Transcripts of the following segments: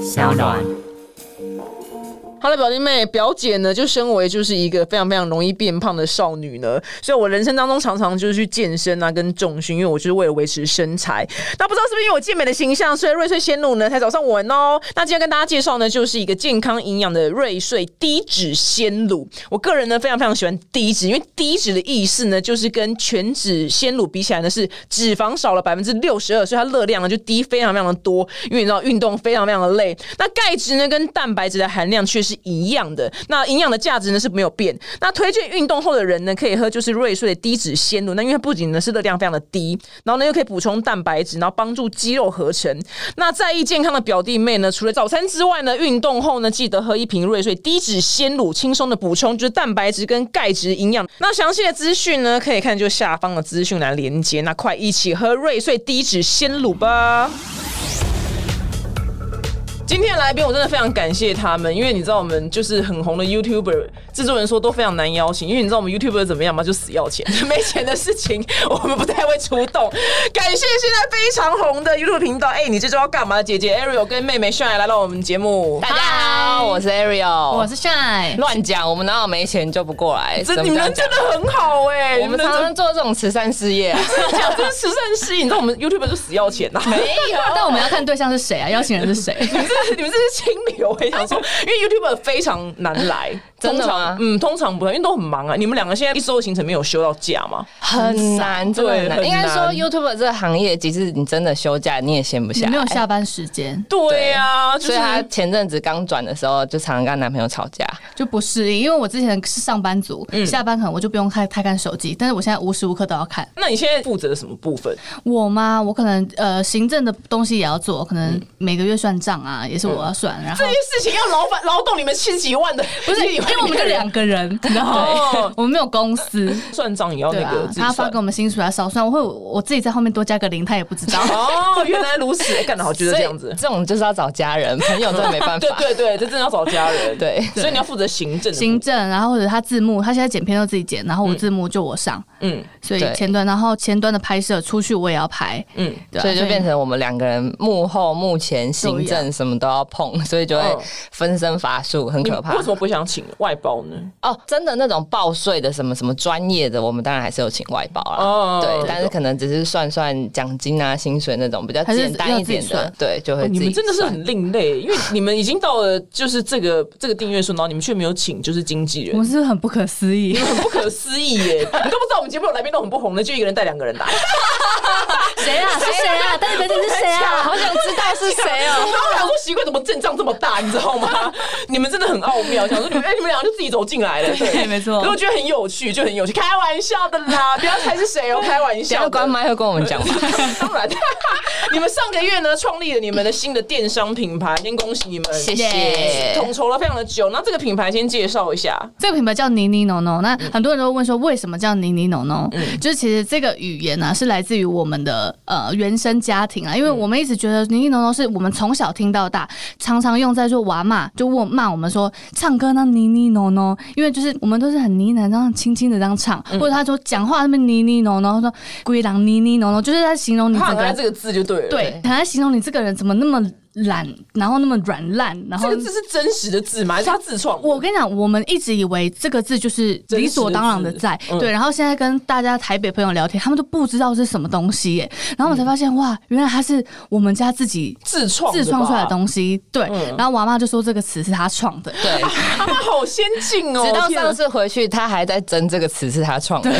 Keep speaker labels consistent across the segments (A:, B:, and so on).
A: 小暖。
B: 好了，表弟妹、表姐呢，就身为就是一个非常非常容易变胖的少女呢，所以我人生当中常常就是去健身啊，跟重训，因为我就是为了维持身材。那不知道是不是因为我健美的形象，所以瑞穗鲜乳呢才找上我哦。那今天跟大家介绍呢，就是一个健康营养的瑞穗低脂鲜乳。我个人呢非常非常喜欢低脂，因为低脂的意思呢，就是跟全脂鲜乳比起来呢，是脂肪少了百分之六十二，所以它热量呢就低非常非常的多。因为你知道运动非常非常的累，那钙质呢跟蛋白质的含量却是一样的。那营养的价值呢是没有变。那推荐运动后的人呢，可以喝就是瑞穗的低脂鲜乳。那因为它不仅呢是热量非常的低，然后呢又可以补充蛋白质，然后帮助肌肉合成。那在意健康的表弟妹呢，除了早餐之外呢，运动后呢记得喝一瓶瑞穗低脂鲜乳，轻松的补充就是蛋白质跟钙质营养。那详细的资讯呢，可以看就下方的资讯栏连接。那快一起喝瑞穗低脂鲜乳吧！今天的来宾我真的非常感谢他们，因为你知道我们就是很红的 YouTuber，制作人说都非常难邀请，因为你知道我们 YouTuber 怎么样吗？就死要钱， 没钱的事情我们不太会出动。感谢现在非常红的 YouTube 频道，哎、你这周要干嘛？姐姐 Ariel 跟妹妹炫来到我们节目啊
C: 大，家好，我是 Ariel，
A: 我是帅，
C: 乱讲，我们哪有没钱就不过来？
B: 这
C: 怎么
B: 你
C: 这样
B: 们
C: 讲
B: 真的很好哎、
C: 我们常常做这种慈善事业啊，
B: 讲这是慈善事业，你知道我们 YouTuber 就死要钱啊呐、
A: 没有。 但我们要看对象是 谁啊，邀请人是谁。
B: 你们这你们这是清流，我也想说，因为 YouTuber 非常难 来，
C: 真的
B: 通常
C: 吗
B: 嗯，通常不太，因为都很忙啊。你们两个现在一周的行程没有休到假吗？
C: 很难，真的很
B: 对
C: 难。应该
B: 很
C: 说
B: 难
C: YouTube 这个行业，即使你真的休假，你也闲不
A: 你
C: 下来。
A: 没有下班时间
B: 对
A: 啊
B: 呀、就
C: 所
B: 是
C: 以她前阵子刚转的时候，就常常跟她男朋友吵架。
A: 就不适应，因为我之前是上班族，下班可能我就不用看太看手机，但是我现在无时无刻都要看。
B: 那你现在负责什么部分？
A: 我吗？我可能呃行政的东西也要做，可能每个月算账啊，嗯也是我要算。 然后
B: 这件事情要劳烦劳动你们七十几万的，
A: 不是，
B: 一个礼
A: 因
B: 拜
A: 为我们就两个 人，你知道吗
B: 对？
A: 我们没有公司，
B: 算账也要
A: 对
B: 那
A: 啊
B: 个，自己
A: 他发
B: 算
A: 给我们薪水要少算，我会我自己在后面多加个零，他也不知道。
B: 哦，原来如此，哎干得好，就是
C: 所
B: 这
C: 以
B: 样子。
C: 这种就是要找家人，朋友真的没办 法。
B: 对对对，这真的要找家人。
C: 对
B: 所以你要负责行政的部分。
A: 行政，然后或者他字幕，他现在剪片都自己剪，然后我字幕就我上，
B: 嗯
A: 所以
C: 对
A: 前端，然后前端的拍摄出去我也要拍，
B: 嗯，
A: 对啊
C: 所以就变成我们两个人幕后、幕前、行政什么都要碰，所以就
B: 嗯
C: 会分身乏术，很
B: 你
C: 可怕
B: 为。什么不想请外包呢？
C: 哦，真的那种报税的什么什么专业的，我们当然还是有请外包啦。
B: 哦
C: 对，但是可能只是算算奖金啊、薪水那种比较
A: 还是
C: 简单一点
A: 要自己
C: 的
A: 算，
C: 对，就会自己
B: 哦你们真的是
C: 算
B: 很另 类，因为你们已经到了就是这个这个订阅数，然后你们却没有请就是经纪
A: 我
B: 人
A: 们，是不是很不可思议
B: 你。们很不可思议 耶！你都不知道我们节目有来宾都很不红的，就一个人带两个人来，
A: 谁啊？是谁啊？但是别是 谁啊？好想知道是谁啊
B: 然后我想说奇怪，怎么阵仗这么大，你知道 吗？你们真的很奥妙，想说 你们哎、你们两个就自己走进来 了，
A: 对没错
B: 所以我觉得很有趣，就很有趣，开玩笑的 啦，不要猜是谁哦，开玩
C: 等一
B: 笑
C: 下
B: 的。
C: 关麦会跟我们讲吧。
B: 当然， 你们上个月呢创立了你们的新的电商品牌，先恭喜你们，
C: 谢
A: 耶
C: 谢。
B: 统筹了非常的久。那这个品牌先介绍一下，
A: 这个品牌叫妮妮农农，
B: 嗯
A: 那很多人都会问说为什么叫妮妮农农？就是其实这个语言呢、是来自于我们的呃原生家庭啊，因为我们一直觉得妮妮农农是我们从小听到大，常常用在做娃骂，就问骂我们说唱歌那妮妮农农，因为就是我们都是很呢喃，这样轻轻的这样唱，
B: 嗯
A: 或者他说讲话那边妮妮农农，他说龟狼妮妮农农，就是在形容你
B: 他
A: 嗯
B: 很
A: 整个
B: 爱
A: 人
B: 这个字就对了。
A: 对，很爱形容你这个人怎么那么懒，然后那么软烂，然后
B: 这个字是真实的字吗？还是他自创的？
A: 我跟你讲，我们一直以为这个字就是理所当然的在
B: 真实的字嗯
A: 对，然后现在跟大家台北朋友聊天，他们都不知道是什么东西耶，然后我才发现哇，原来它是我们家自己
B: 自创
A: 自创出来的
B: 西。
A: 东西，对。
B: 嗯
A: 然后我阿妈就说这个词是她创的，
C: 对，
B: 他们啊好先进 哦！
C: 直到
B: 天啊
C: 上次回去，他还在争这个词是他创的，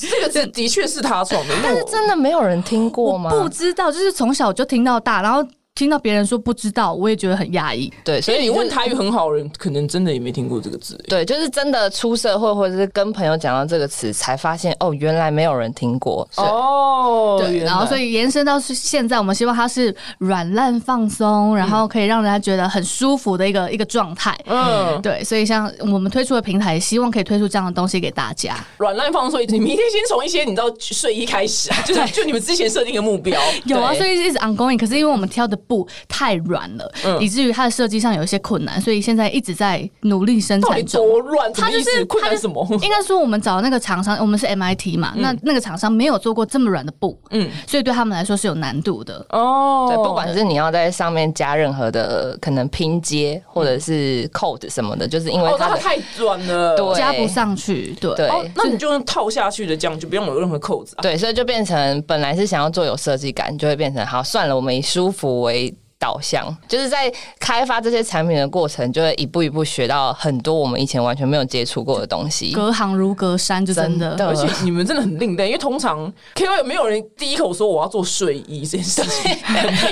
B: 这个字的确是他创 的，
C: 但是真的没有人听过
A: 我
C: 吗？
A: 不知道，就是从小就听到大，然后听到别人说不知道，我也觉得很压抑。
C: 对，
B: 所
C: 所
B: 以哎
C: 以
B: 你
C: 就
B: 问台语很好的人，可能真的也没听过这个字。
C: 对，就是真的出社会或者是跟朋友讲到这个词，才发现哦，原来没有人听过。哦，
B: 哦
A: 对，然后所
B: 以
A: 以延伸到是现在，我们希望它是软烂放松，然后可以让人家觉得很舒服的一个一个状态。
B: 嗯，
A: 对，所以像我们推出的平台，希望可以推出这样的东西给大家。
B: 软烂放松，你明天先从一些你知道睡衣开始啊，就是就你们之前设定的目标。
A: 有啊，
C: 对
A: 所以一直 ongoing。可是因为我们挑的布太软了，以至于它的设计上有一些困难，所以现在一直在努力生
B: 到底
A: 产中。
B: 多乱？
A: 它就
B: 什么意
A: 是
B: 思困
A: 它就
B: 难
A: 是
B: 什么？
A: 应该说我们找那个厂商，我们是 MIT 嘛，那那个厂商没有做过这么软的布，
B: 嗯
A: 嗯，所以对他们来说是有难度的。
B: 哦，
C: 对，不管是你要在上面加任何的可能拼接或者是 code 什么的，就是因为
B: 嗯哦，
C: 它
B: 它
C: 的
B: 太软了，
C: 对
A: 加不上去，对，
C: 对
B: 哦，那你就用套下去的，这样就不用有任何扣子啊。
C: 对，所以就变成本来是想要做有设计感，就会变成好算了，我们以舒服为导向，就是在开发这些产品的过程，就会一步一步学到很多我们以前完全没有接触过的东西。
A: 隔行如隔山，就真的。
C: 真的
B: 而且你们真的很另类，因为通常 K O 没有人第一口说我要做睡衣这件事情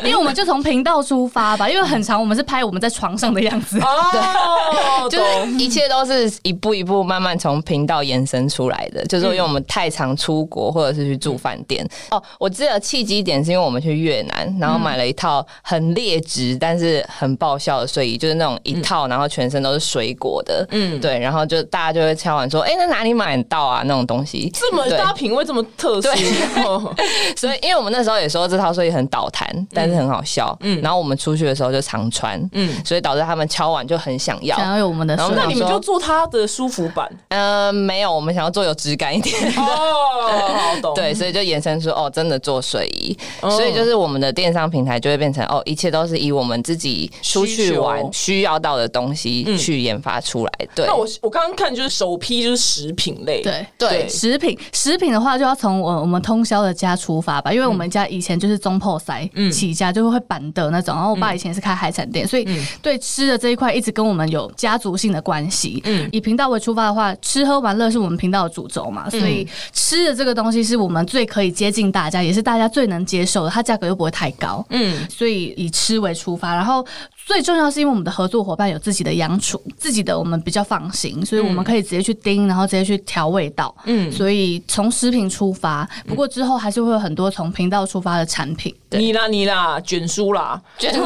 A: 因为我们就从频道出发吧，因为很长，我们是拍我们在床上的样 子。
B: 哦，
C: 就
B: 懂
C: 是一切都是一步一步慢慢从频道延伸出来的，就
B: 嗯
C: 是因为我们太常出国或者是去住饭店。哦，我记得契机点是因为我们去越南，然后
B: 嗯
C: 买了一套很劣质但是很爆笑的睡衣，就是那种一套，然后全身都是水果的，
B: 嗯
C: 嗯，对，然后就大家就会敲碗说，哎、那哪里买得到啊？那种东西，
B: 这么
C: 对
B: 大家品味这么特殊， 哦
C: 所以，因为我们那时候也说这套睡衣很倒弹，但是很好笑。
B: 嗯
C: 嗯，然后我们出去的时候就常穿，
B: 嗯
C: 嗯，所以导致他们敲碗就很想要。
A: 想要有我们的
C: 然后
A: 声
B: 那
A: 音
B: 你们就做它的舒服版
C: 呃，没有，我们想要做有质感一点。
B: 哦，好懂，
C: 对，所以就延伸出哦，真的做睡衣，
B: 哦
C: 所以就是我们的电商平台就会变成哦，一切都是以我们自己出去
B: 需求嗯
C: 玩需要到的东西去研发出来。对
B: 那，我我刚刚看就是首批就是食品类，
A: 对。
C: 对
A: 食品，食品的话就要从我我们通宵的家出发吧，因为我们家以前就是中破塞起家，就是会板的那种。然后我爸以前是开海产店，所以对吃的这一块一直跟我们有家族性的关系。以频道为出发的话，吃喝玩乐是我们频道的主轴嘛，所以吃的这个东西是我们最可以接近大家，也是大家最能接受的，它价格又不会太高。
B: 嗯，
A: 所以以吃为出发，然后最重要是因为我们的合作伙伴有自己的养厨，自己的我们比较放心，所以我
B: 嗯
A: 们可以直接去盯，然后直接去调味道。嗯，所以从食品出发，
B: 嗯
A: 不过之后还是会有很多从频道出发的产品。
B: 你啦你啦，卷书啦，
C: 卷书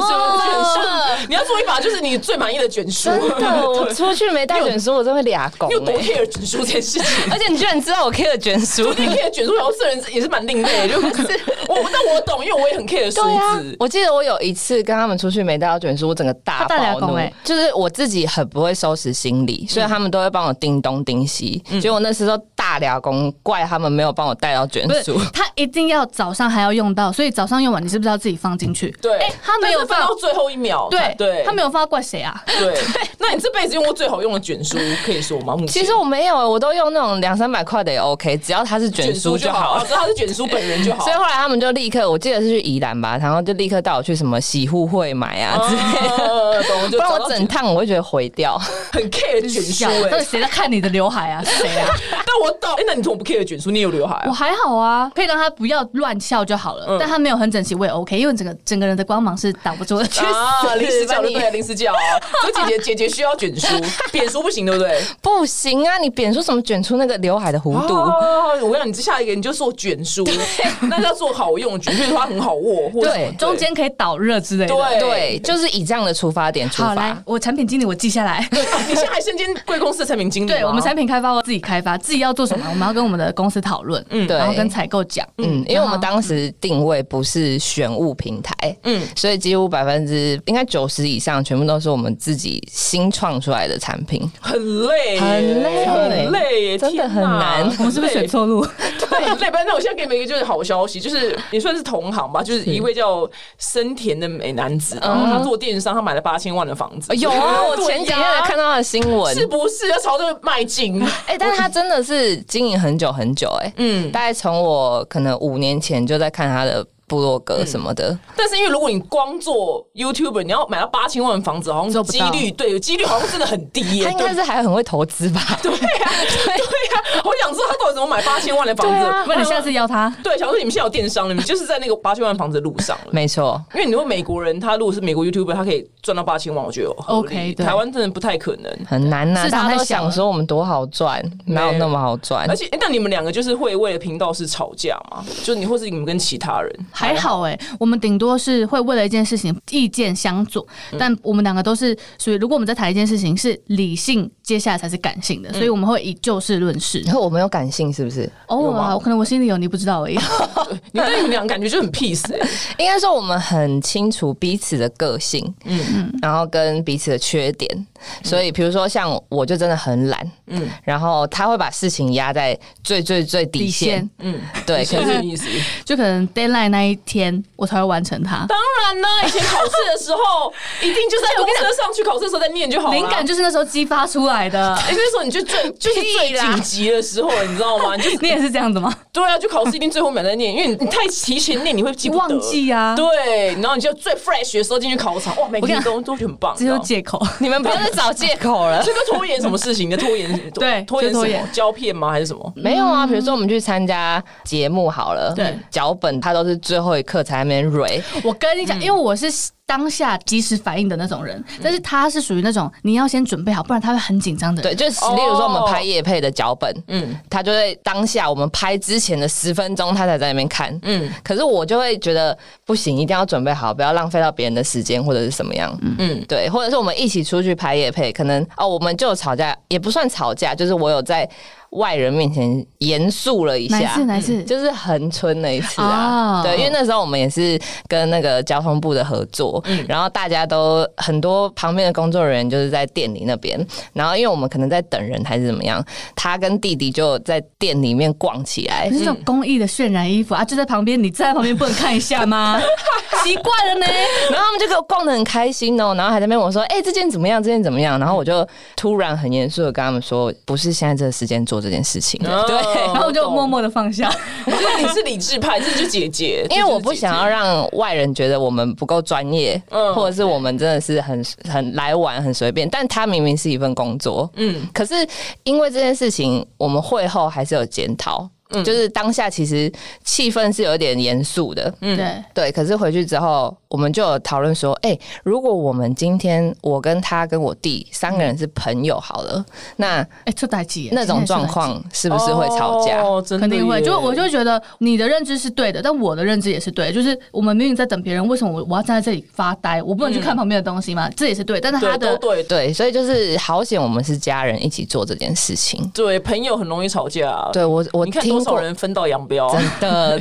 B: 卷书，你要做一把就是你最满意的卷书，
C: 真的， 我出去没带卷书，我真会俩拱、
B: 你有多
C: 欸。
B: care 卷书这件事情？
C: 而且你居然知道我 care 卷书，
B: 你 care 卷书，然后哦这人也是蛮另类的，就是我，但我懂，因为我也很 care 数字。
C: 啊我记得我有一次跟他们出去没带到卷书，我整个大
A: 他带俩
C: 暴
A: 公
C: 怒
A: 欸，
C: 就是我自己很不会收拾行李，所以他们都会帮我叮东叮西。结果那时候大俩公怪他们没有帮我带到卷
A: 不是
C: 书，，
A: 他一定要早上还要用到，所以早上用完，你是不是要自己放进去？
C: 啊
B: 对，
A: 哎、他没有
B: 但是放
A: 放
B: 到，最后一秒，
A: 对
B: 对，
A: 他没有放，怪谁啊？
B: 对。那你这辈子用过最好用的卷书，可以说吗？目前
C: 其实我没有，我都用那种两三百块的也 OK，只要它是卷
B: 卷
C: 书
B: 书
C: 就
B: 就
C: 好
B: 好，
C: 了。
B: 只要他是卷书本人就好
C: 所以。后来他们就立刻，我记得是去宜兰吧，然后就立刻带我去什么洗护会买啊之类的，
B: 啊懂，就
C: 不然
B: 找
C: 我
B: 到
C: 整趟我会觉得毁掉。
B: 很 care 卷书
A: 到
B: 哎
A: 底，谁在看你的刘海啊？谁啊？
B: 但我懂。哎，那你怎么不 care 卷书？你有刘海啊
A: 我？还好啊，可以让他不要乱笑就好了。但他没有很整齐，我也 OK，因为整个整个人的光芒是挡不住的。
B: 啊，临时
C: 把
B: 教就
C: 你
B: 对，临时教啊。所以姐姐姐姐需要卷书， 扁书不行，对不对？
C: 不行啊，你扁说什么卷出那个刘海的弧度？
B: 哦，我跟你讲，你下一个你就做卷书，那要做好用的卷，因为它很好握，或者
C: 对
B: 什么
A: 中间可以导热之类的。
B: 对
C: 对，就是以这样的出发点出
A: 好，来
C: 发，。
A: 我产品经理我记下来。
B: 你现在还身兼贵公司的产品经理吗，
A: 对我们产品开发，我自己开发，自己要做什么，我们要跟我们的公司讨论，嗯，
C: 对
A: 然后跟采购讲，
C: 嗯，因为我们当时定位不是选物平台，
B: 嗯
C: 嗯，所以几乎百分之应该九十以上，全部都是我们自己新创出来的产品。
B: 很累耶，
C: 很累
B: 很累耶，
C: 真的
B: 天哪
C: 很难
A: 我们是不是选？错路？
B: 对，很累。反正我现在给你们一个就是好消息，就是也算是同行吧，就是一位叫森田的美男子，然后他做电商，他买了八千万的房子。
C: 嗯有啊， 我
B: 哦对
C: 前几天才看到他的新闻，
B: 是不是要朝这个迈进？
C: 哎、但是他真的是经营很久很久、哎，
B: 嗯
C: 嗯，大概从我可能五年前就在看他的部落格什么的，
B: 但是因为如果你光做 YouTuber，你要买到八千万的房子，好像
A: 做不
B: 几
A: 到
B: 率对几率好像真的很低耶、
C: 他应该是还很会投资吧？
B: 对啊，对啊，我想知道他到底怎么买八千万的房
C: 对啊
B: 子。
A: 不然你下次要他。
B: 对，想说你们现在有电商了，你们就是在那个八千万房子的路上 了。
C: 没错，
B: 因为你说美国人，他如果是美国 YouTuber，他可以赚到八千万，我觉得有合理
A: OK，对
B: 台湾真的不太可能。
C: 很难呐、
A: 市场
C: 大家
A: 太
C: 都
A: 小了
C: 想说我们多好赚，哪有那么好赚
B: 而？且，诶那你们两个就是会为了频道是吵架吗？就是你，或是你们跟其他人？
A: 还好哎、我们顶多是会为了一件事情意见相左，但我们两个都是属于，如果我们在谈一件事情是理性接下来才是感性的，所以我们会以就事论事。
C: 然后我们有感性是不是？
A: 偶
B: 有
A: 尔啊，
B: 吗
A: 我可能我心里有，你不知道 而已。
B: 你对你们俩感觉就很 peace，欸
C: 应该说我们很清楚彼此的个性，嗯嗯，然后跟彼此的缺点，所以比如说像我就真的很懒，嗯，然后他会把事情压在最最最底线，
B: 嗯，
C: 对，
B: 是
C: 可
B: 这
C: 是
B: 个意思。
A: 就可能 deadline 那一天我才会完成它。
B: 当然啦，以前考试的时候，一定就是在公车上去考试的时候再念就好
C: 啊
B: 了。
A: 灵感就是那时候激发出来 的。
B: 哎，那时候你就 最就是最
C: 屁啦
B: 紧急的时候了，你知道吗？你就
A: 你也是这样子吗？
B: 对啊，就考试一定最后秒再念，因为你你太提前念，你会记不得
A: 忘记啊
B: 对，然后你就最 fresh 的时候进去考场，哇，每
A: 我跟
B: 天
A: 你
B: 都都很 棒。
A: 只有
B: 你 知道吗
A: 借口。
C: 你们不要再找借口了。
B: 这个拖延什么事情？你的拖延
A: 对
B: 拖延
A: 就拖
B: 什么
A: 延？
B: 胶片吗？还是什么？
C: 没有啊，比如说我们去参加节目好了，
A: 对，
C: 脚本它都是最后一刻才在那边蕊，
A: 我跟
C: 嗯
A: 你讲，因为我是当下及时反应的那种人，但是他是属于那种你要先准备好，不然他会很紧张的
C: 对，
A: 人。
C: 就是
B: 哦
C: 例如说我们拍夜配的脚本，
B: 嗯
C: 嗯，他就会当下我们拍之前的十分钟，他才在那边看，
B: 嗯
C: 嗯，可是我就会觉得不行，一定要准备好，不要浪费到别人的时间或者是什么样，
B: 嗯
C: 嗯，对，或者是我们一起出去拍夜配，可能哦，我们就有吵架，也不算吵架，就是我有在外人面前严肃了一
A: 哪一
C: 下
A: 次？。哪一次？
C: 就是横村那一次啊
A: 哦
C: 对，因为那时候我们也是跟那个交通部的合作，然后大家都很多旁边的工作人员就是在店里那边，然后因为我们可能在等人还是怎么样，他跟弟弟就在店里面逛起 来
A: 可。是这种公益的渲染衣服啊，就在旁边，你站在旁边不能看一下 吗？奇怪了呢。
C: 然后他们就给我逛得很开心哦，然后还在那边问我说：“哎、这件怎么样？这件怎么样？”然后我就突然很严肃的跟他们说：“不是现在这个时间做这件事情。
B: 哦
C: 对，
A: 然后我就 默默的放下。
B: 我觉得啊你是理智派，这就是姐姐，
C: 因为我不
B: 这就是姐姐
C: 想要让外人觉得我们不够专业，
B: 嗯
C: 或者是我们真的是很很来玩很随便，但它明明是一份工作，
B: 嗯
C: 嗯，可是因为这件事情，我们会后还是有检讨，
B: 嗯
C: 就是当下其实气氛是有点严肃的，
B: 嗯
A: 对，
C: 对，可是回去之后，我们就有讨论说，哎、如果我们今天我跟他跟我弟三个人是朋友好了，那
A: 哎，出大忌耶，
C: 那种
A: 现在出
C: 状
A: 大忌
C: 况是不是会吵架？
B: 哦、真的
A: 肯定会，
B: 耶
A: 就我就会觉得你的认知是对的，但我的认知也是对的。就是我们明明在等别人，为什么我我要站在这里发呆？我不能去看旁边的东西吗？这也是对，但是
B: 嗯对
A: 他
B: 都
A: 的
B: 对对
C: 对，所以就是好险，我们是家人一起做这件事情。
B: 对，朋友很容易吵架、啊。
C: 对我，我
B: 你看
C: 听
B: 多少
C: 过
B: 人分道扬镳，
C: 真 的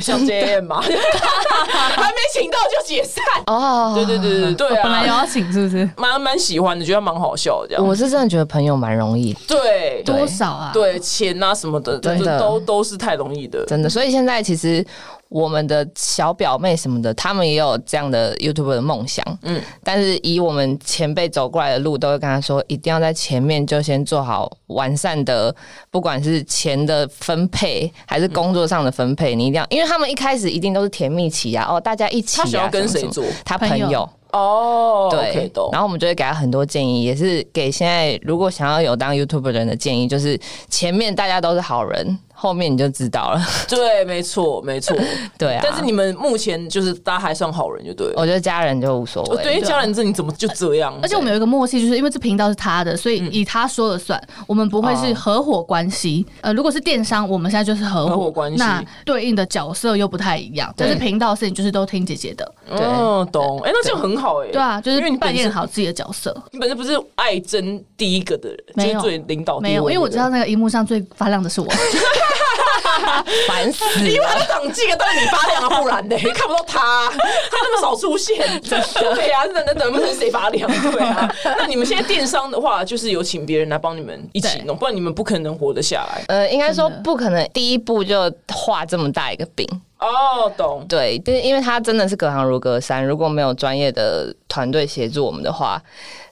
B: 像 JM 嘛，还没请到就解散。
C: 哦，
B: 对对对对对
A: 本来有
B: 啊！
A: 要请，是不是？
B: 蛮蛮喜欢的，觉得蛮好笑的这样。
C: 我是真的觉得朋友蛮容易，
B: 对
C: 对
A: 多少啊？，
B: 对钱啊什么的，
C: 真
B: 这
C: 的
B: 都都是太容易的。
C: 真的。所以现在其实我们的小表妹什么的，他们也有这样的 YouTube 的梦想，
B: 嗯
C: 嗯，但是以我们前辈走过来的路，都会跟他说，一定要在前面就先做好完善的，不管是钱的分配还
B: 嗯
C: 是工作上的分配，你一定要，因为他们一开始一定都是甜蜜期啊，哦，大家一起、啊，
B: 他想要跟谁
C: 什么什
B: 做
C: 么他
A: 朋
C: 朋
A: 友
C: 友。
B: 哦，
C: 对
B: OK，懂。
C: 然后我们就会给他很多建议，也是给现在如果想要有当 YouTuber 人的建议，就是前面大家都是好人，后面你就知道了。
B: 对，没错，没错。
C: 对啊，
B: 但是你们目前就是大家还算好人，就对了。
C: 我觉得家人就无所
B: 哦
C: 谓。
B: 对，因为家人这你怎么就这样？
A: 而且我们有一个默契，就是因为这频道是他的，所以
B: 嗯
A: 以他说了算，我们不会
B: 哦
A: 是合伙关系。呃，如果是电商，我们现在就是合
B: 合伙
A: 伙
B: 关系
A: 那对应的角色又不太一样。但是频道的事情就是都听姐姐的，
C: 对
B: 嗯，懂。哎，那这样很好哎。
A: 对啊，就
B: 因为
A: 是
B: 你
A: 扮
B: 本
A: 演
B: 身
A: 好自己的角色。
B: 你本身不是爱争第一个的人，
A: 没
B: 就是
A: 有
B: 最领导地位
A: 没有，因为我知道
B: 的
A: 那个荧幕上最发亮的是我。
C: 烦死
B: 人，因为
C: 了。
B: 他长进啊，当然你发亮啊，不然 呢，看不到他，他那么少出现，对啊，那那等不是谁发亮？对啊， 那你们现在电商的话，就是有请别人来帮你们一起
A: 对
B: 弄，不然你们不可能活得下来。
C: 呃，应该说
A: 真的
C: 不可能第一步就画这么大一个饼，
B: 哦，懂。
C: 对，但是因为它真的是隔行如隔山，如果没有专业的团队协助我们的话，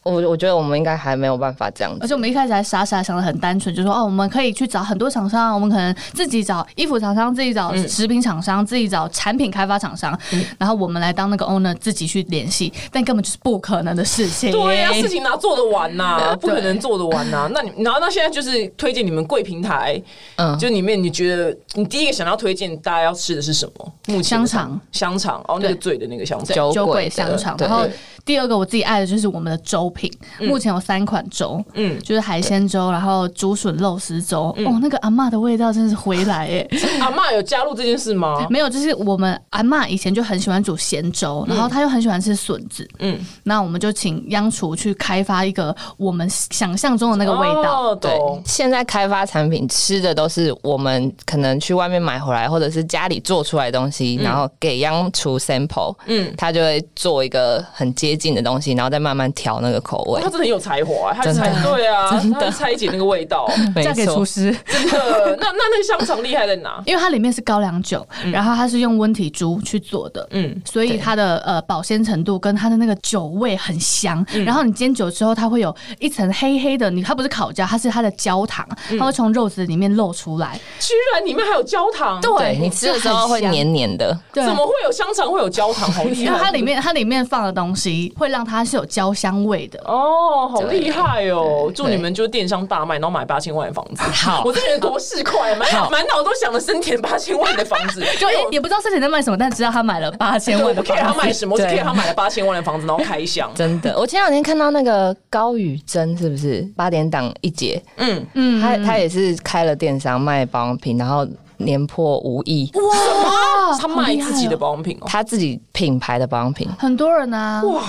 C: 我我觉得我们应该还没有办法这样
A: 而
C: 子。
A: 且我们一开始还傻傻想的很单纯，就说哦，我们可以去找很多厂商，我们可能自己找衣服厂商，自己找食品厂商，自己找产品开发厂商，然后我们来当那个 owner 自己去联系，但根本就是不可能的事情。
B: 对啊呀、事情哪做得完呐、不可能做得完 呐、那你，然后那现在就是推荐你们贵平台，
C: 嗯，
B: 就里面你觉得你第一个想要推荐大家要吃的是什么？目前的
A: 香肠
B: 香肠哦，那个
A: 对
B: 醉的那个香肠。
A: 酒
C: 酒鬼
A: 鬼
C: 的
A: 香肠，
C: 对
A: 然后第二个我自己爱的就是我们的粥品，目前有三款粥，
B: 嗯
A: 嗯，就是海鲜粥，然后竹笋肉丝粥，哦，那个阿嬷的味道真是回来耶！
B: 阿嬷有加入这件事吗？
A: 没有，就是我们阿嬷以前就很喜欢煮咸粥，然后她又很喜欢吃笋子，
B: 嗯
A: 嗯，那我们就请央厨去开发一个我们想象中的那个味道。
B: 哦、
C: 对
B: 懂，。
C: 现在开发产品吃的都是我们可能去外面买回来，或者是家里做出来的东西，然后给央厨 sample，
B: 嗯
C: 嗯，他就会做一个很接近的东西，然后再慢慢调那个口味
B: 他。哦真的很有才华，他
C: 真的
B: 才对啊， 他拆解那个味道。
C: 没
A: 嫁给
C: 错
A: 厨，师，
B: 真的，那那那个香肠厉害在哪？
A: 因为它里面是高粱酒，然后它是用温体猪去做的，
B: 嗯，
A: 所以它的呃保鲜程度跟它的那个酒味很香，
B: 嗯
A: 然后你煎久之后，它会有一层黑黑的，你它不是烤焦，它是它的焦糖，
B: 嗯
A: 它会从肉子里面露出来，
B: 居然里面还有焦糖，
C: 对你吃的时候会
A: 就很香
C: 黏黏的，
A: 对
B: 怎么会有香肠会有啊焦糖？好厉
A: 因为
B: 害！
A: 它里面它里面放的东西会让它是有焦香味的。
B: 哦，好厉害哦！祝
C: 对
B: 你们就是电商大卖，然后买八千万的房 子。
C: 好
B: 我这人国事快，满
C: 好
B: 满脑都想着生田八千万的房子，因
A: 就
B: 为
A: 也
B: 我
A: 也不知道之前在卖什么，但知道他买了八千
B: 哎对我
A: 万
B: 不
A: 的
B: care 他
A: 房
B: 买
A: 子。
B: 什么，我只
C: 对
B: care 他买了八千万的房子，然后开箱。
C: 真的。我前两天看到那个高宇珍，是不是八点档一姐？
B: 嗯，
A: 嗯
C: 她她也是开了电商卖保养品，然后年破五亿，
A: 哇
B: 他卖自己的，
A: 好厉害哦
B: 保养品哦。
C: 她自己品牌的保养品。
A: 很多人啊，
B: 哇，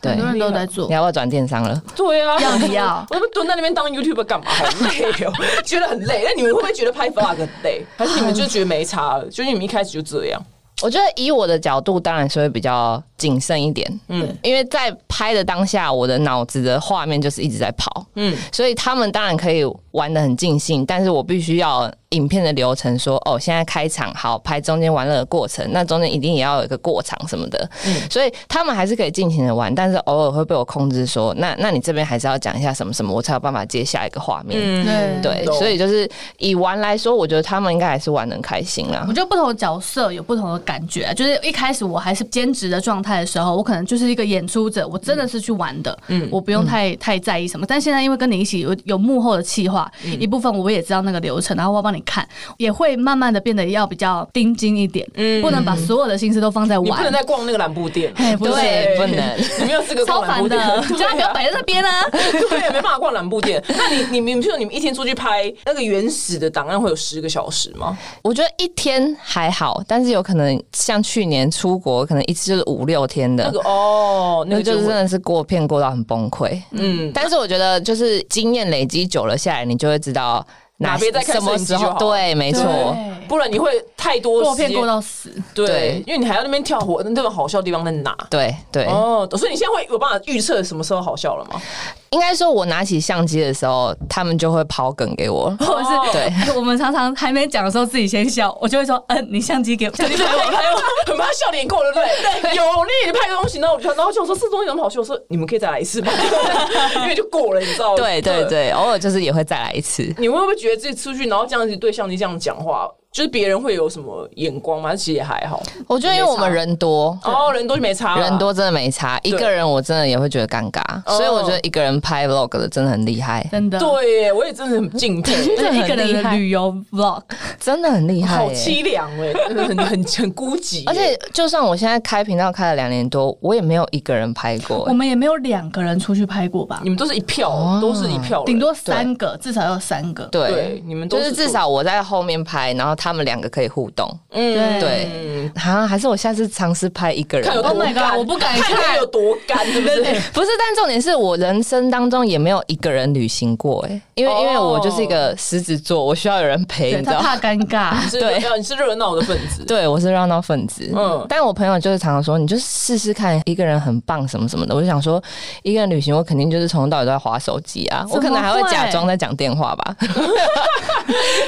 C: 对
A: 很，多人都在做
C: 你。要不要转电商了？
B: 对啊，
A: 要不要
B: 我们蹲在那边当 YouTuber 干嘛？好累哦，觉得很累。那你们会不会觉得拍 vlog 很累？还是你们就觉得没差了？就是你们一开始就这样？
C: 我觉得以我的角度，当然是会比较谨慎一点，
B: 嗯
C: 嗯，因为在拍的当下，我的脑子的画面就是一直在跑，
B: 嗯，
C: 所以他们当然可以玩的很尽兴，但是我必须要影片的流程说，哦，现在开场好拍中间玩乐的过程，那中间一定也要有一个过场什么的，所以他们还是可以尽情的玩，但是偶尔会被我控制说，那那你这边还是要讲一下什么什么，我才有办法接下一个画面，
B: 嗯
A: 嗯对
C: 对，
B: 懂
C: 所以就是以玩来说，我觉得他们应该还是玩的很开心啦
A: 我。觉得不同的角色有不同的感觉、就是一开始我还是兼职的状态的时候，我可能就是一个演出者，我真的是去玩的，嗯，我不用太、太在意什么。但现在因为跟你一起有有幕后的企划、
B: 嗯
A: 一部分，我也知道那个流程，然后我要帮你看，也会慢慢的变得要比较盯紧一点，嗯，不能把所有的心思都放在
B: 你不能
A: 玩，
B: 再逛那个蓝布店，
A: 哎 不
C: 对不能
B: 你没有资格
A: 超
B: 逛蓝布
A: 烦
B: 店
A: 的，，就它不要
B: 对
A: 摆在那边 啊。
B: 对，没办法逛蓝布店。那你你们，譬如你们一天出去拍那个原始的档案，会有十个小时吗？
C: 我觉得一天还好，但是有可能像去年出国，可能一次就是五六天的，
B: 那个哦，那
C: 那
B: 个
C: 就
B: 就是
C: 真
B: 是
C: 的是过片过到很崩溃。
B: 嗯，
C: 但是我觉得就是经验累积久了下来，你就会知道
B: 哪边在看
C: 什么时
B: 摄影机
C: 候
B: 就好
C: 对，没错。
A: 对
B: 不然你会太多
A: 过
B: 时
A: 片
B: 间
A: 过到死，
B: 对
C: 对，
B: 因为你还要那边跳火，那种好笑的地方在哪？
C: 对对，
B: 哦，所以你现在会有办法预测什么时候好笑了 吗？
C: 应该说，我拿起相机的时候，他们就会抛梗 给我。
B: 哦
A: 或者是
C: 对，
A: 我们常常还没讲的时候自己先笑，我就会说，嗯，你相机给我，相机
B: 对
A: 拍我。
B: 拍我，很怕笑脸过，对不对？有力你拍东西，然后我就然后就说这东西有什么好笑？我说你们可以再来一 次吗？因为就过了，你知道吗？
C: 对对对，偶尔就是也会再来一次。
B: 你会不会觉得自己出去，然后这样子对相机这样讲话，就是别人会有什么眼光吗？其实也还好，
C: 我觉得因为我们人多，
B: 哦，人多就没差了，
C: 人多真的没差，一个人我真的也会觉得尴尬，
B: 哦
C: 所以我觉得一个人拍 vlog 的真的很厉害，
A: 真的，
B: 对耶，我也真的很敬佩，
A: 这一个人的旅游 vlog，
C: 真的很厉害、
B: 好
C: 欸
B: 凄凉哎，很很很孤寂耶，
C: 而且，就算我现在开频道开了两年多，我也没有一个人拍过、
A: 我们也没有两个人出去拍过吧
B: 你，们都是一
C: 哦
B: 票，都是一票人，
A: 顶多三个，至少要有三个。
C: 对，
B: 对你们都
C: 就是是至少我在后面拍，然后他们两个可以互动。
B: 嗯
C: 对，
B: 嗯，
C: 啊，还是我下次尝试拍一个人
B: 看有
C: 的。
B: 多
A: Oh my god，
B: 干，
A: 我不敢
B: 看
A: 看
B: 有多干，是不是？
C: 不是，但重点是我人生当中也没有一个人旅行过哎、欸因为、
B: 哦
C: 因为我就是一个狮子座，我需要有人陪，
A: 对
C: 你知
A: 他
C: 道吗？
A: 怕尴尬，
B: 是
C: 对
B: 要你是热闹的分子，
C: 对，我是热闹分子。
B: 嗯
C: 嗯，但我朋友就是常常说，你就试试看，一个人很棒什么什么的。我就想说，一个人旅行，我肯定就是从头到尾都在划手机啊，我
A: 怎
C: 可
A: 么
C: 能还会
A: 会
C: 假装在讲电话 吧。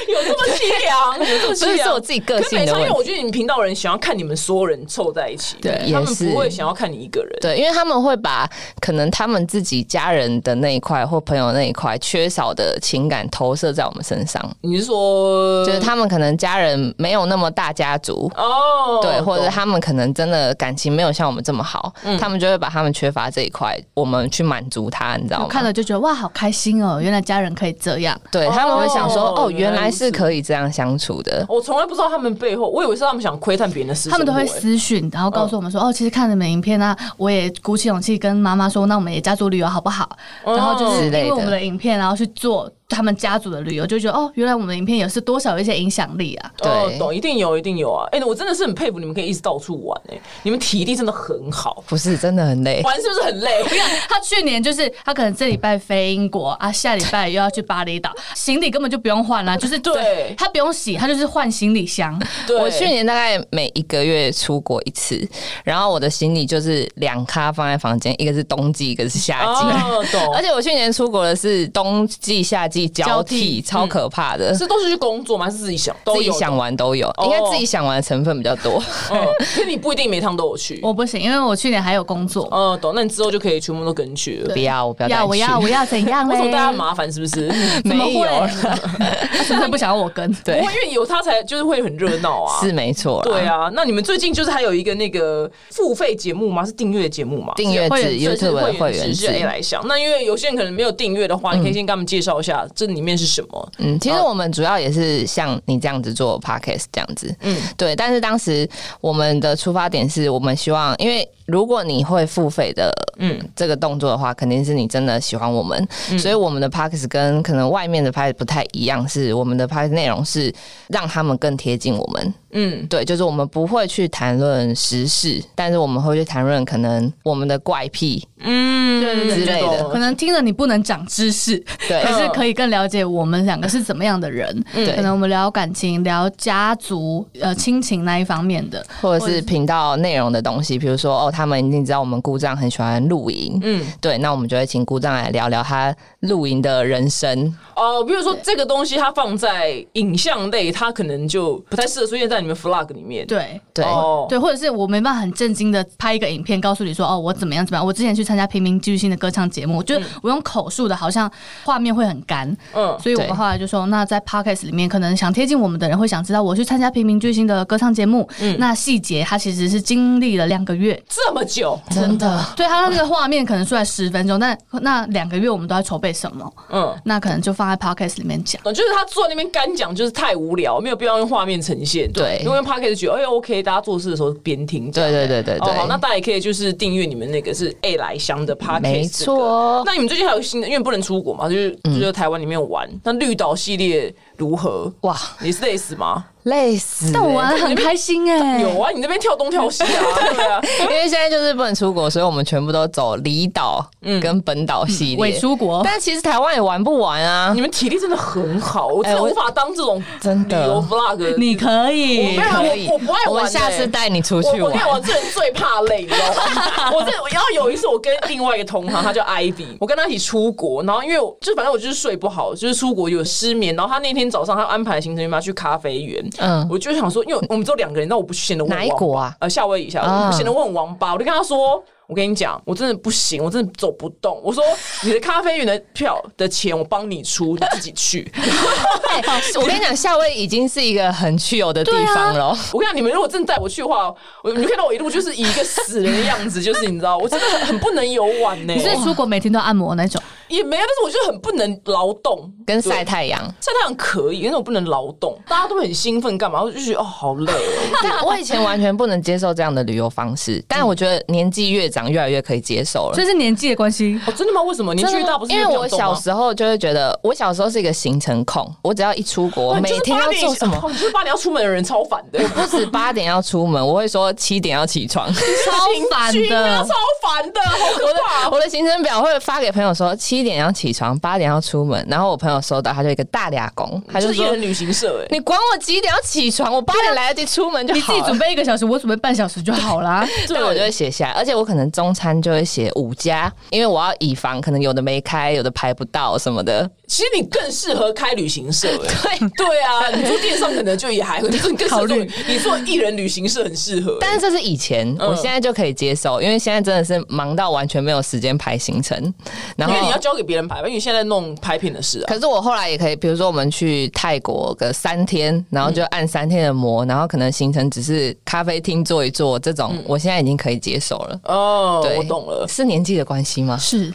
B: 有这么凄凉，有这么
C: 所
B: 凄
C: 以是
B: 凉
C: 我。自己个
B: 可是
C: 性
B: 没
C: 的
B: 差，因
C: 问
B: 为
C: 题。
B: 我觉得你们频道人想要看你们所有人凑在一起，
C: 对
B: 他们
C: 也是
B: 不会想要看你一个人。
C: 对，因为他们会把可能他们自己家人的那一块或朋友那一块缺少的情感投射在我们身上，
B: 你是说
C: 就是他们可能家人没有那么大家族。
B: 哦，
C: 对，或者
B: 懂嗯
C: 他们可能真的感情没有像我们这么好，他们就会把他们缺乏这一块，我们去满足他，你知道
A: 我
C: 吗？
A: 看了就觉得哇，好开心哦！原来家人可以这样，
C: 对他们会想说，
B: 哦
C: 哦，原
B: 原来
C: 来
B: 如此
C: 是可以这样相处的。的。
B: 我从来不知道他们背后，我以为是他们想窥探别人的私生
A: 他
B: 活
A: 们都会
B: 欸
A: 私讯，然后告诉我们说，哦，其实看了你们影片啊，我也鼓起勇气跟妈妈说，那我们也家族旅游好不好？
B: 哦
A: 然后就是
C: 之
A: 因
C: 类的
A: 为我们的影片，然后去做他们家族的旅游，就觉得哦，原来我们的影片也是多少有一些影响力啊。
B: 哦
C: 对，
B: 懂，一定有，一定有啊！哎、我真的是很佩服你们可以一直到处玩哎、你们体力真的很好，
C: 不是真的很累，
B: 玩是不是很累？我跟你讲
A: 他去年就是他可能这礼拜飞英国啊，下礼拜又要去巴厘岛，行李根本就不用换啦，就是
B: 对
A: 他不用洗，他就是换行 李箱。
B: 对，
C: 我去年大概每一个月出国一次，然后我的行李就是两咖放在房间，一个是冬季，一个是夏季。
B: 哦，懂，
C: 而
B: 而且
C: 且我去年出国的是冬季、夏季交替，
A: 交替
C: 超可怕的。
B: 嗯是都是去工作吗？还是自己想？都
C: 自己
B: 有
C: 想
B: 的，哦
C: 玩都有，应该自己想玩的成分比较多。
B: 嗯，可是你不一定每趟都有去。
A: 我不行，因为我去年还有工作。
B: 嗯，懂，那你之后就可以全部都跟去了。
C: 不要，哦我不要带
A: 要
C: 你
A: 我
C: 去
A: 要我要怎 样
B: 为什么
A: 嘞？
B: 大家麻烦是不是？啊
A: 怎么
C: 没有
A: 会
C: 啦？
A: 他纯粹不想要我跟。
C: 对
B: 不会，因为有他才就是会很热闹啊。
C: 是没错啦。
B: 对啊，那你们最近就是还有一个那个付费节目吗？是订阅节目吗？
C: 订阅制
A: 会员
B: 就是
C: YouTube 的
B: 会
C: 会
B: 员
C: 员
B: 制是 A
C: 制。
B: 来想。那因为有些人可能没有订阅的话，你可以先跟他们介绍一下这里面是什么。
C: 嗯，其实我们主要也是像你这样子做 podcast 这样子，嗯，对。但是当时我们的出发点是我们希望，因为如果你会付费的，嗯，这个动作的话，肯定是你真的喜欢我们，所以我们的 podcast 跟可能外面的 podcast 不太一样，是我们的 podcast 内容是让他们更贴近我们，
B: 嗯，
C: 对，就是我们不会去谈论时事，但是我们会去谈论可能我们的怪癖，
B: 嗯，
A: 对对对
C: 之类的
B: 懂
A: 可能听了你不能长知识，
C: 对嗯
A: 可是可以更了解我们两个是怎么样的人。
C: 对
A: 可能我们聊感情、聊家族、呃亲情那一方面的，
C: 或者是频道内容的东西，比如说哦，他们一定知道我们姑丈很喜欢露营，
B: 嗯
C: 嗯，对，那我们就会请姑丈来聊聊他露营的人生，
B: 哦，比如说这个东西它放在影像类，它可能就不太适合出现在你们 vlog 里面。
A: 对。
C: 对，
B: 哦，
A: 对，或者是我没办法很震惊的拍一个影片，告诉你说哦，我怎么样怎么样。我之前去参加平民巨星的歌唱节目，我觉
C: 嗯
A: 得我用口述的，好像画面会很干，
B: 嗯，
A: 所以我们
C: 对
A: 后来就说，那在 podcast 里面，可能想贴近我们的人会想知道我去参加平民巨星的歌唱节目，
C: 嗯
A: 那细节它其实是经历了两个月，
B: 这么久，
C: 真的，
A: 对它那个画面可能出来十分钟，但那两个月我们都在筹备什么？
B: 嗯。
A: 那可能就放在 podcast 里面讲。
B: 懂就是他坐在那边干讲，就是太无聊，没有必要用画面呈现。
C: 对
B: 因为 p o d c a s 觉得哎呀 OK，大家做事的时候边听这样。
C: 对对对对对，
B: 哦，好，那大家也可以就是订阅你们那个是 A 来香的 podcast，
C: 没错嗯
B: 那你们最近还有新的，因为不能出国嘛，就是就是在台湾里面玩。那绿岛系列如何？
C: 哇，
B: 你是累死吗？
C: 累死、欸
A: 但我玩得很开心哎、
B: 有啊，你那边跳东跳西啊，对 啊。
C: 因为现在就是不能出国，所以我们全部都走离岛
B: 嗯
C: 跟本岛系
A: 伪
C: 列。
A: 出国，
C: 但其实台湾也玩不完啊
B: 你，们体力真的很好，我真
C: 哎
B: 的
C: 我
B: 无法当这种
C: 真的
B: 旅游 vlog。
A: 你可以
B: 我没。有
C: 可以
B: 哎我我不爱玩
C: 我们下次带你出
B: 我
C: 去
B: 我
C: 玩
B: 跟你。讲我这人最怕累，你知道吗？ 我这我要有一次，我跟另外一个同行，他叫 Ivy，我跟他一起出国，然后因为我就反正我就是睡不好，就是出国有失眠，然后他那天早上他安排行程，他去咖啡园，
C: 嗯
B: 我就想说，因为我们只有两个人，那我不去显得我很
C: 哪一
B: 王
C: 国
B: 八
C: 啊
B: 呃，夏威夷，夏威夷，
C: 啊
B: 我显得我很王八，我就跟他说。我跟你讲，我真的不行，我真的走不动。我说你的咖啡园的票的钱我帮你出，你自己去。
C: 哎 我跟你讲，夏威夷已经是一个很去游的地方了。
B: 我跟你讲，你们如果真的带我去的话，我你们看到我一路就是以一个死人的样子， 就是你知道，我真的很很不能游玩呢、
A: 你是出国每天都按摩那种？
B: 也没有，但是我就很不能劳动，
C: 跟
B: 对
C: 晒太阳，
B: 晒太阳可以，但是我不能劳动。大家都很兴奋，干嘛？我就觉得哦，好累 哦。
C: 但我以前完全不能接受这样的旅游方
B: 嗯
C: 式，但我觉得年纪越长，越来越可以接受了
A: 这。是年纪的关系。
B: 哦，真的吗？为什么年纪越大不是
C: 因为
B: 越不想
C: 我
B: 动
C: 小
B: 吗
C: 时候就会觉得，我小时候是一个行程控，我只要一出国，
B: 哦你
C: 每
B: 就是
C: 天
B: 八
C: 要
B: 点
C: 做什么
B: 哦，你就是八点要出门的人，超烦的，
C: 不止八点要出门，我会说七点要起床。
A: 超烦
B: 行啊
A: 的
B: 超烦的，好可怕哦。
C: 我的行程表会发给朋友说七点要起床，八点要出门，然后我朋友收到，他就一个大俩工，他
B: 就
C: 就是
B: 一
C: 说
B: 人。旅行社哎、
C: 你管我几点要起床？我八
B: 啊
C: 点来得及出门就
A: 你自
C: 好了。
A: 己准备一个小时，我准备半小时就好啦。
C: 但我就会写下来，而且我可能中餐就会写五家，因为我要以防可能有的没开，有的排不到什么的。
B: 其实你更适合开旅行 社哎、对啊，你做电商可能就也还会，你说你更适合做
A: 考虑
B: 你做艺人旅行社很适合、
C: 但
B: 欸。
C: 是这是以前，我现在就可以接受，因为现在真的是忙到完全没有时间排行程，然
B: 因为你
C: 后
B: 要交交给别人排吧，因为你现在在弄拍片的事啊。
C: 可是我后来也可以，比如说我们去泰国个三天，然后就按三天的模，然后可能行程只是咖啡厅坐一坐这种，我现在已经可以接受了。
B: 嗯哦，
C: 对，
B: 我懂了，
C: 是年纪的关 系吗？
A: 是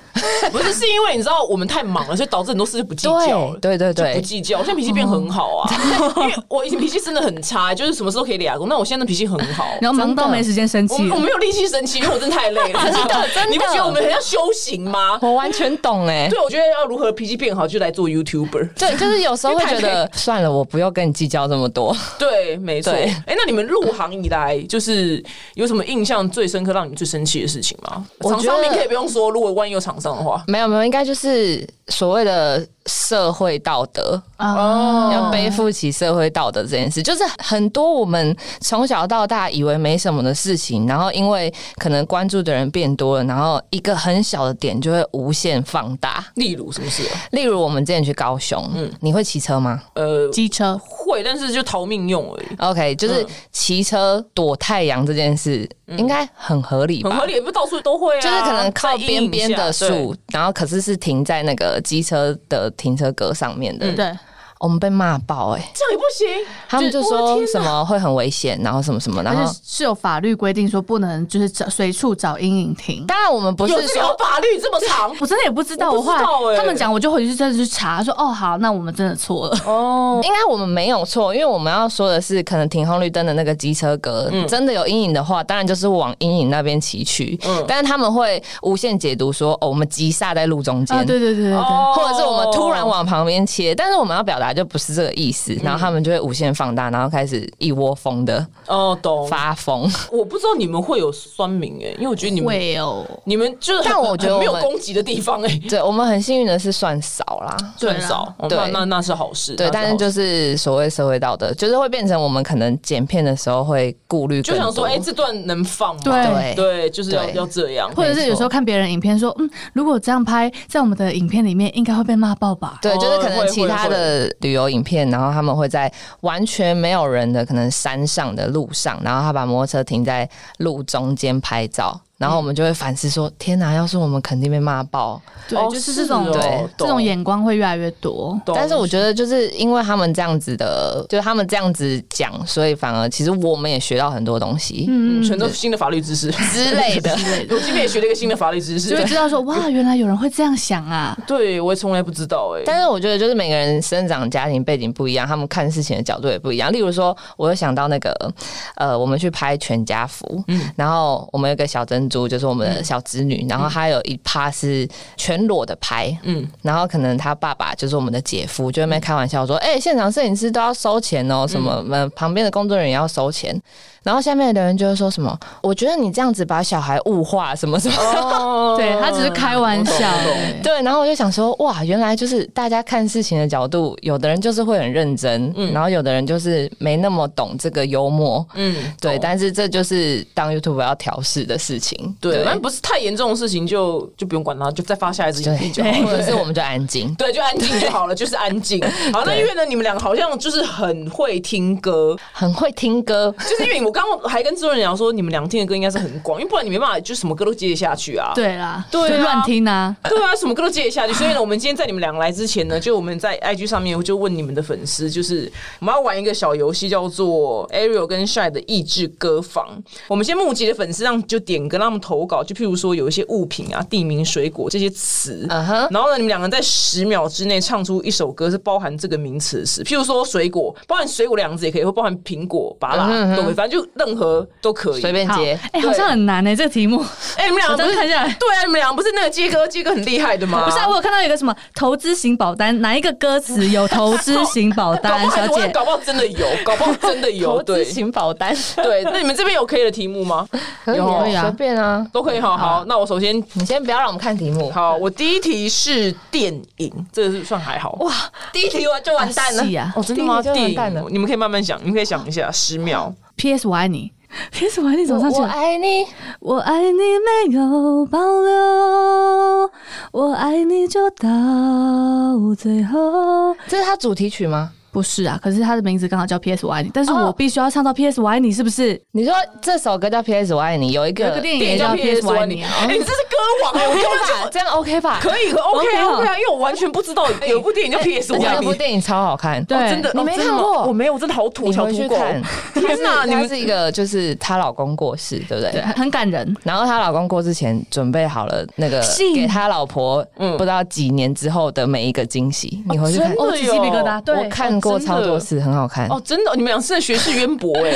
B: 不是是因为你知道我们太忙了，所以导致很多事就不计较了。
C: 对对对哦
B: 就不
C: 对，
B: 计较，我现在脾气变很好啊， 因为我以前脾气真的很差，就是什么事都可以俩工，那我现在的脾气很好。
A: 然后忙到没时间生
B: 我
A: 气
B: 们我。没有力气生气，因为我真的太累 了。真的，
C: 真的
B: 你不觉得我们很像修行吗？
C: 我完全懂哎、
B: 对，我觉得要如何脾气变好，就来做 YouTuber。
C: 对，就是有时候会觉
B: 因为
C: 得算了，我不要跟你计较这么多。
B: 对，没错。
C: 对
B: 哎、那你们入行以来，就是有什么印象最深刻、让你最生气的事情吗？
C: 我
B: 厂
C: 觉得
B: 商名可以不用说，如果万一有厂商的话，
C: 没有没有，应该就是所谓的社会道德，
A: 哦，
C: 要背负起社会道德这件事，就是很多我们从小到大以为没什么的事情，然后因为可能关注的人变多了，然后一个很小的点就会无限放大。
B: 例如什么事、啊？
C: 例如我们之前去高雄，嗯，你会骑车吗
B: 呃，
A: 机车
B: 会，但是就逃命用而已，
C: ？OK，就是骑车躲太阳这件事，应该很合理吧？
B: 嗯很合理，不是到处都会啊。
C: 就是可能靠
B: 在阴
C: 边
B: 影
C: 边的
B: 下对
C: 树，然后可是是停在那个机车的停车格上面
B: 嗯
C: 的。
A: 对，
C: 我们被骂爆哎、欸
B: 这样也不行。
C: 他们就
B: 我的
C: 说
B: 天
C: 什么会很危险，然后什么什么，然
A: 而
C: 后
A: 且是有法律规定说不能就是找随处找阴影亭。
C: 当然我们不
B: 有
C: 是
B: 这条
C: 说。
B: 法律这么长
A: 我真的也不知道，
B: 我
A: 我
B: 不知道
A: 后来
B: 欸
A: 他们讲，我就回去真的去查，说哦好，那我们真的错了。
B: 哦。
C: 应该我们没有错，因为我们要说的是，可能停红绿灯的那个机车格、真的有阴影的话，当然就是往阴影那边骑去。但是他们会无限解读说，哦，我们急刹在路中间、
A: 啊，对对对对对，
B: 哦
C: 或者是我们突然往旁边切，但是我们要表达就不是这个意思，然后他们就会无限放大，然后开始一窝蜂的
B: 哦，懂。
C: 发疯。
B: 我不知道你们会有酸民哎、因为我觉得你们
A: 会哦，
B: 你们就是很，
C: 但我觉得
B: 很没有
C: 我们
B: 攻击的地方哎、
C: 对我们很幸运的是算少啦，
A: 对
B: 很
A: 啦
B: 少。哦
C: 对
B: 那那那是好事。
C: 对，但是
B: 好事
C: 就是所谓社会道德，就是会变成我们可能剪片的时候会顾虑
B: 就
C: 更多，
B: 想说，哎、这段能放吗？
A: 对
B: 对，就是要
C: 对
B: 要这样。
A: 或者是有时候看别人影片说，嗯，如果这样拍，在我们的影片里面应该会被骂爆吧？
C: 对，就是可
B: 哦
C: 能
B: 会
C: 其他的旅游影片，然后他们会在完全没有人的可能山上的路上，然后他把摩托车停在路中间拍照，然后我们就会反思说：天哪，要是我们肯定被骂爆。
A: 对，
B: 哦
A: 就是这种
B: 是哦
C: 对
A: 这
B: 懂
A: 种眼光会越来越多。
B: 懂
C: 但是我觉得，就是因为他们这样子的，就是他们这样子讲，所以反而其实我们也学到很多东西、
B: 嗯全都是新的法律知识
C: 之 类的。
B: 我今天也学了一个新的法律知识
A: 就。会知道说，哇，原来有人会这样想啊！
B: 对，我也从来不知道哎、
C: 但是我觉得，就是每个人生长家庭背景不一样，他们看事情的角度也不一样。例如说，我有想到那个，呃，我们去拍全家福，
B: 嗯
C: 然后我们有个小珍珠，就是我们的小侄女，然后她有一趴是全裸的拍，
B: 嗯
C: 嗯，然后可能她爸爸就是我们的姐夫，就在那边开玩笑说，
B: 嗯
C: 哎、现场摄影师都要收钱哦，什么，呃，旁边的工作人员也要收钱。然后下面的人就会说什么，我觉得你这样子把小孩物化，什么什么。
B: 哦
A: 对他只是开玩笑
B: 我哦懂我懂
A: 欸，
C: 对，然后我就想说，哇，原来就是大家看事情的角度，有的人就是会很认真，然后有的人就是没那么懂这个幽默，
B: 嗯，
C: 对。
B: 懂
C: 但是这就是当 YouTube 要调试的事情，
B: 对，反正不是太严重的事情就就不用管它，就再发下一支影片就好
C: 对，或
B: 了。
C: 者是我们就安静。
B: 对，就安静就好了，就是安静。好，那因为呢，你们两个好像就是很会听歌，
C: 很会听歌，
B: 就是因为我刚刚还跟制作人讲说，你们两个听的歌应该是很广，因为不然你没办法就什么歌都接得下去啊。
A: 对啦，
B: 对啊
A: 就乱听啊，
B: 对啊，什么歌都接得下去。所以呢，我们今天在你们两个来之前 呢，就我们在 IG 上面就问你们的粉丝，就是我们要玩一个小游戏，叫做 Ariel 跟 Shy 的益智歌房。我们先募集的粉丝让就点歌，让他们投稿，就譬如说有一些物品啊、地名、水果这些词。
C: 嗯哼，
B: 然后呢，你们两个在十秒之内唱出一首歌是包含这个名词的词，譬如说水果，包含水果两个字也可以，或包含苹果、芭
C: 嗯
B: 拉
C: 哼
B: 都可以，反正就任何都可以。
C: 随便
A: 好，
C: 接。
A: 哎，好像很难哎，这个题目。
B: 哎、你们两个
A: 我这
B: 不
A: 样
B: 是
A: 看下来
B: 对啊，你们两个不是那个接歌，接歌很厉害的吗？
A: 不是、啊，我有看到一个什么投资型保单，哪一个歌词有投资型保
B: 搞
A: 单？
B: 不好
A: 小
B: 我
A: 姐，
B: 搞不好真的有， 搞不好真的有，
C: 投资
B: 对
C: 型保 单，
B: 对。那你们这边有可以的题目吗？
C: 可以
A: 可以
C: 啊，
A: 啊
C: 随便啊。
B: 都可以，好好。那我首先，
C: 你先不要让我们看题目，
B: 好，我第一题是电影，这个是算还好。哇，
C: 第一题我就完蛋了
A: 啊是。啊
B: 哦，真的吗？
C: 第一题就
B: 电
C: 完蛋
B: 影
C: 了，
B: 你们可以慢慢想，你们可以想一下，十秒。
A: ，PS 我爱你，PS 我爱你怎么上去
C: 我？
B: 啊
C: 爱你，
A: 我爱你没有保留，我爱你就到最后。
C: 这是他主题曲吗？
A: 不是啊，可是他的名字刚好叫 P.S. 我爱你，但是
C: 哦
A: 我必须要唱到 P.S. 我爱你，是不是？
C: 你说这首歌叫《P.S. 我爱你》，有一个
A: 有一个电影也
B: 叫
A: 叫
B: PS
A: P.S. 我爱
B: 万你，
A: 你啊。
B: 哎，你这是歌王 哎，我根本
C: 吧
B: 就
C: 这样 OK 吧？
B: 可以可 OK
A: OK
B: 啊
A: 啊
B: OK 啊，因为我完全不知道
C: 哎
B: 有一部电影叫 PS
C: 而
B: 我
C: 且
B: 爱
C: 那
B: 啊你
C: 部，电影超好看，
A: 对
B: 哦真的
C: 哎你
B: 哦
C: 没
B: 真的
C: 看
B: 吗
C: 过
B: 我没有，我真的好土，
C: 你
B: 小
C: 回
B: 土
C: 去
B: 狗。
C: 看。
B: 天哪，你
C: 它
B: 们
C: 是一个就是她老公过世，对不对？
A: 对，很感人。
C: 然后她老公过世前准备好了那个
A: 信
C: 给她老婆，
B: 嗯
C: 不知道几年之后的每一个惊喜，你回去看
B: 真。的
A: 哦起鸡皮疙瘩
B: 哟
A: 对
C: 我看过超多次，很好看。
B: 哦，真的，你们俩是在学识渊博哎，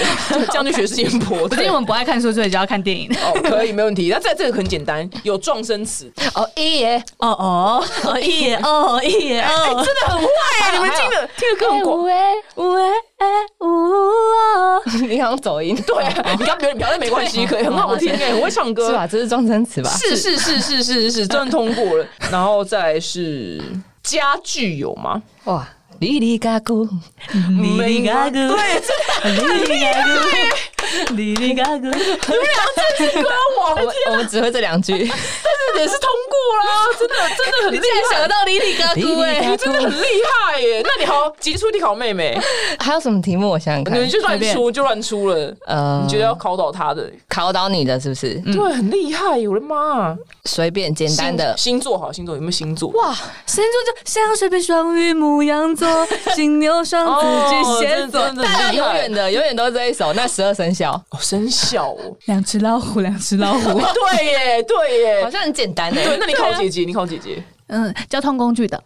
B: 这样就学识渊博。
A: 可是
B: 对
A: 因为我们不爱看书，所以就要看电影。
B: 哦，可以，没问题。那这这个很简单，有撞声词，
C: 哦，一 爷，
A: 哦哦哦，一眼哦一眼
B: 哎，真
A: 哦，
B: 的很坏啊！你们听的听的歌很广。
A: 哎五哎哎五哦，
C: 你好像走音，
B: 对啊，你刚别人表但没关系，可以很好听哎，很会唱歌
C: 是。吧？这是撞声词吧？
B: 是是是是是是，真的通过了。然后再来是家具有吗？
C: 哇，哩哩嘎咕，
A: 哩嘎咕
B: 对，这
A: 哩哩嘎咕，哩哩嘎咕，
B: 歌王
C: 我们 我们只会这两 句。
B: 这也是通过啦，真的真的很厉 害，
A: 到哩哩嘎
C: 咕哎
B: 你真的很厉害耶！那你好，杰出地考妹妹，
C: 还有什么题目？我想想
B: 你们
C: 看。
B: 就乱出就乱出了。
C: 呃
B: 你觉得要考倒他的？欸
C: 考倒你的是不是？
B: 对，很厉害，我的妈！
C: 随便简单的
B: 星星座好，星座有没有星座？
A: 哇，星座就像水瓶、双鱼、母羊座、金牛、双子、巨蟹座
B: 哦真，的
C: 大
B: 真
C: 家
B: 的
C: 永远的永远都是这一首，那十二生肖
B: 哦，生肖哦，
A: 两只老虎， 两只老虎。
B: 对耶，对
C: 好
B: 耶，
C: 像很简单欸啊
B: 对。
C: 诶。
B: 那你考姐姐，你考姐姐。
A: 嗯，交通工具的，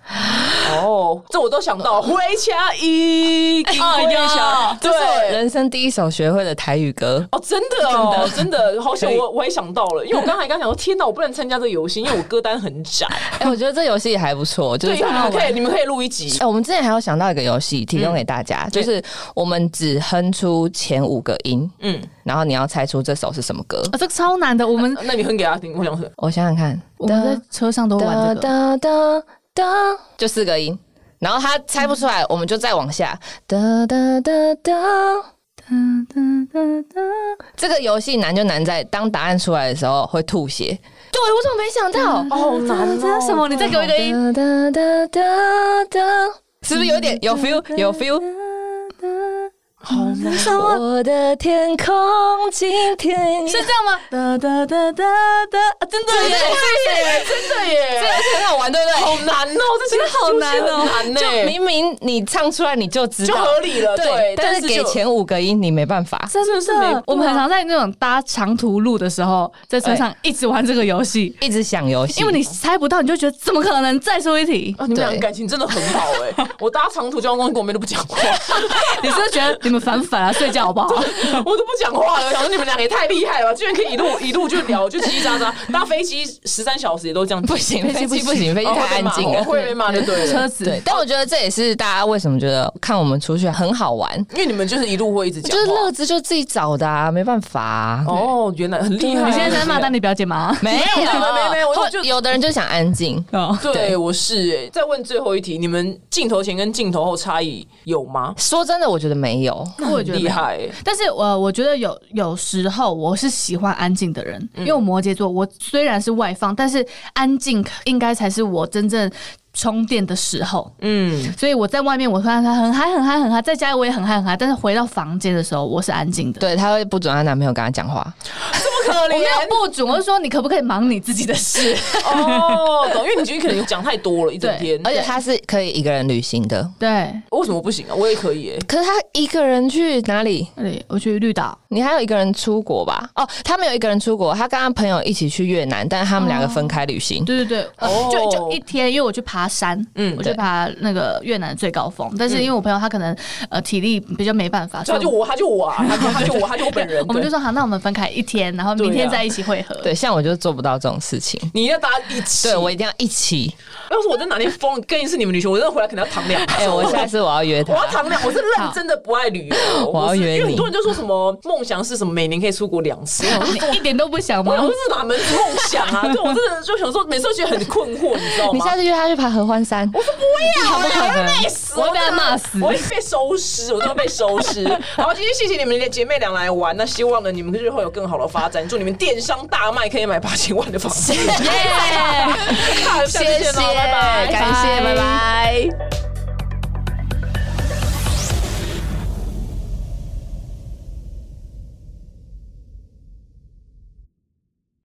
B: 哦，这我都想到，回家一定
A: 哎
B: 会
A: 呀
B: 想，
C: 这是我
B: 对。
C: 人生第一首学会的台语 歌。
B: 哦，真的哦，真的，好想
C: 可以
B: 我，我也想到了，因为我刚才刚想说，天哪，我不能参加这个游戏，因为我歌单很窄。
C: 哎，我觉得这游戏也还不错，就
B: 对，
C: 是
B: 以后你们可以，你们可以录一集
C: 哎、。我们之前还有想到一个游戏提供给大家，就是我们只哼出前五个音，
B: 嗯，
C: 然后你要猜出这首是什么歌。
B: 呃
A: 啊，这个超难的。我们
B: 那你哼给他听，我想哼。
C: 我想想看，
A: 我们在车上都玩这
C: 哒
A: 个。
C: 哒哒，就四个音。然后他猜不出来，我们就再往下。哒哒哒哒，这个游戏难就难在当答案出来的时候会吐血。嗯对，我怎么没想到？
B: 哦，好难哦
A: 这是什么？你再给我一个音。
C: 哒哒哒哒，是不是有点有 feel 有 feel？
B: 好难。
A: 什么？
C: 我的天空今天
A: 是这样吗？哒哒哒哒哒，啊真的
B: 真的
A: 耶！
B: 耶，真的
C: 这
B: 耶，
C: 游戏很好玩，对不对？
B: 好难哦，这真的
A: 好难哦
B: 很难欸
C: 就
B: 呢，
C: 明明你唱出来你就知
B: 就
C: 道，
B: 合理了，对，
C: 但是
B: 就
C: 给前五个音你没办法。
A: 真
B: 的是没
A: 我们很常在那种搭长途路的时候，在车上一直玩这个游戏，
C: 一直想游戏，
A: 因为你猜不到，你就觉得怎么可能？再说一 题，
B: 啊，你们俩
C: 对
B: 感情真的很好哎！ 我搭长途交通工具，跟我妹都不讲话，
A: 你是不是觉得你们烦不烦啊？睡觉好不好？
B: 我都不讲话了。我想说你们俩也太厉害了吧，居然可以一路一路就聊，就叽叽 喳喳。搭飞机十三小时也都这样，
C: 不行，飞机不行，飞机
B: 哦会
C: 太
B: 被
C: 安
B: 骂
C: 静
B: 哦
C: 了。
B: 会被骂的，对
A: 车
B: 了。
A: 子
C: 对，但我觉得这也是大家为什么觉得看我们出去很好玩，
B: 因为你们就是一路会一直
C: 就
B: 讲
C: 是
B: 话
C: 乐。子就自己找的啊，没办法啊。
B: 哦，原来很厉害。
A: 你现在在骂丹妮表姐吗？
C: 没有，
B: 没有没有没有我
C: 或
B: 就
C: 有的人就想安静。
A: 哦，
B: 对，我是哎。再问最后一题，你们镜头前跟镜头后差异有吗？
C: 说真的，我觉得没有。
A: 我觉得
B: 厉
A: 没有。
B: 害欸，
A: 但是呃，我觉得有有时候我是喜欢安静的人，
B: 嗯
A: 因为我摩羯座，我虽然是外放，但是安静应该才是我真正充电的时候。
B: 嗯，
A: 所以我在外面，我虽然很嗨很嗨很嗨，在家里我也很嗨很嗨，但是回到房间的时候，我是安静的。
C: 对，她会不准她男朋友跟她讲话。
B: 不可
A: 我没
B: 怜
A: 有不准，我是说你可不可以忙你自己的事？
B: 哦，懂，因为你觉得可能讲太多了，一整
A: 对
B: 天。
C: 而且她是可以一个人旅行的。
A: 对，
B: 为什么不行啊？我也可以哎。
C: 可是她一个人去哪里？
A: 那里我去绿岛，
C: 你还有一个人出国吧？哦，她没有一个人出国，她跟她朋友一起去越南，但是他们两个分开旅行。
A: 对对对，
B: 哦
A: 就就一天，因为我去爬山，
B: 嗯
A: 我去爬那个越南的最高峰，但是因为我朋友他可能呃体力比较没办法，所
B: 他
A: 以
B: 就
C: 嗯
B: 我，他就我啊，他就他就我，他就我本 人。
A: 我们就
B: 对
A: 说好，那我们分开一天，然后明
B: 对啊
A: 天再一起会合。
C: 对，像我就做不到这种事情。
B: 你要搭一起。哎
C: 对我一定要一起。
B: 要是我真哪天疯，跟一次你们旅行，我真的回来可能要躺两次。
C: 哎、我下次我要约
B: 我要
C: 她。
B: 躺两，我是认真的不爱旅游。
C: 我要
B: 是
C: 约你
B: 因为很多人就说什么梦想是什么，每年可以出国两 次。我
A: 你一点都不想
B: 我
A: 吗
B: 不？是哪门子梦想啊？对我真的就想说，每次都觉得很困惑，你知道吗？
C: 你下次约她去爬合欢山。我说不要，不可能。
B: 累死，
A: 我会被他骂死
B: 我会被收尸，我都会被收 尸。好，今天谢谢你们的姐妹俩来玩，那希望呢你们日后有更好的发展，祝你们电商大卖，可以买八千万的房子。
C: 耶
A: 哎
B: 好，下次见喽，拜拜，
C: 感谢，拜拜。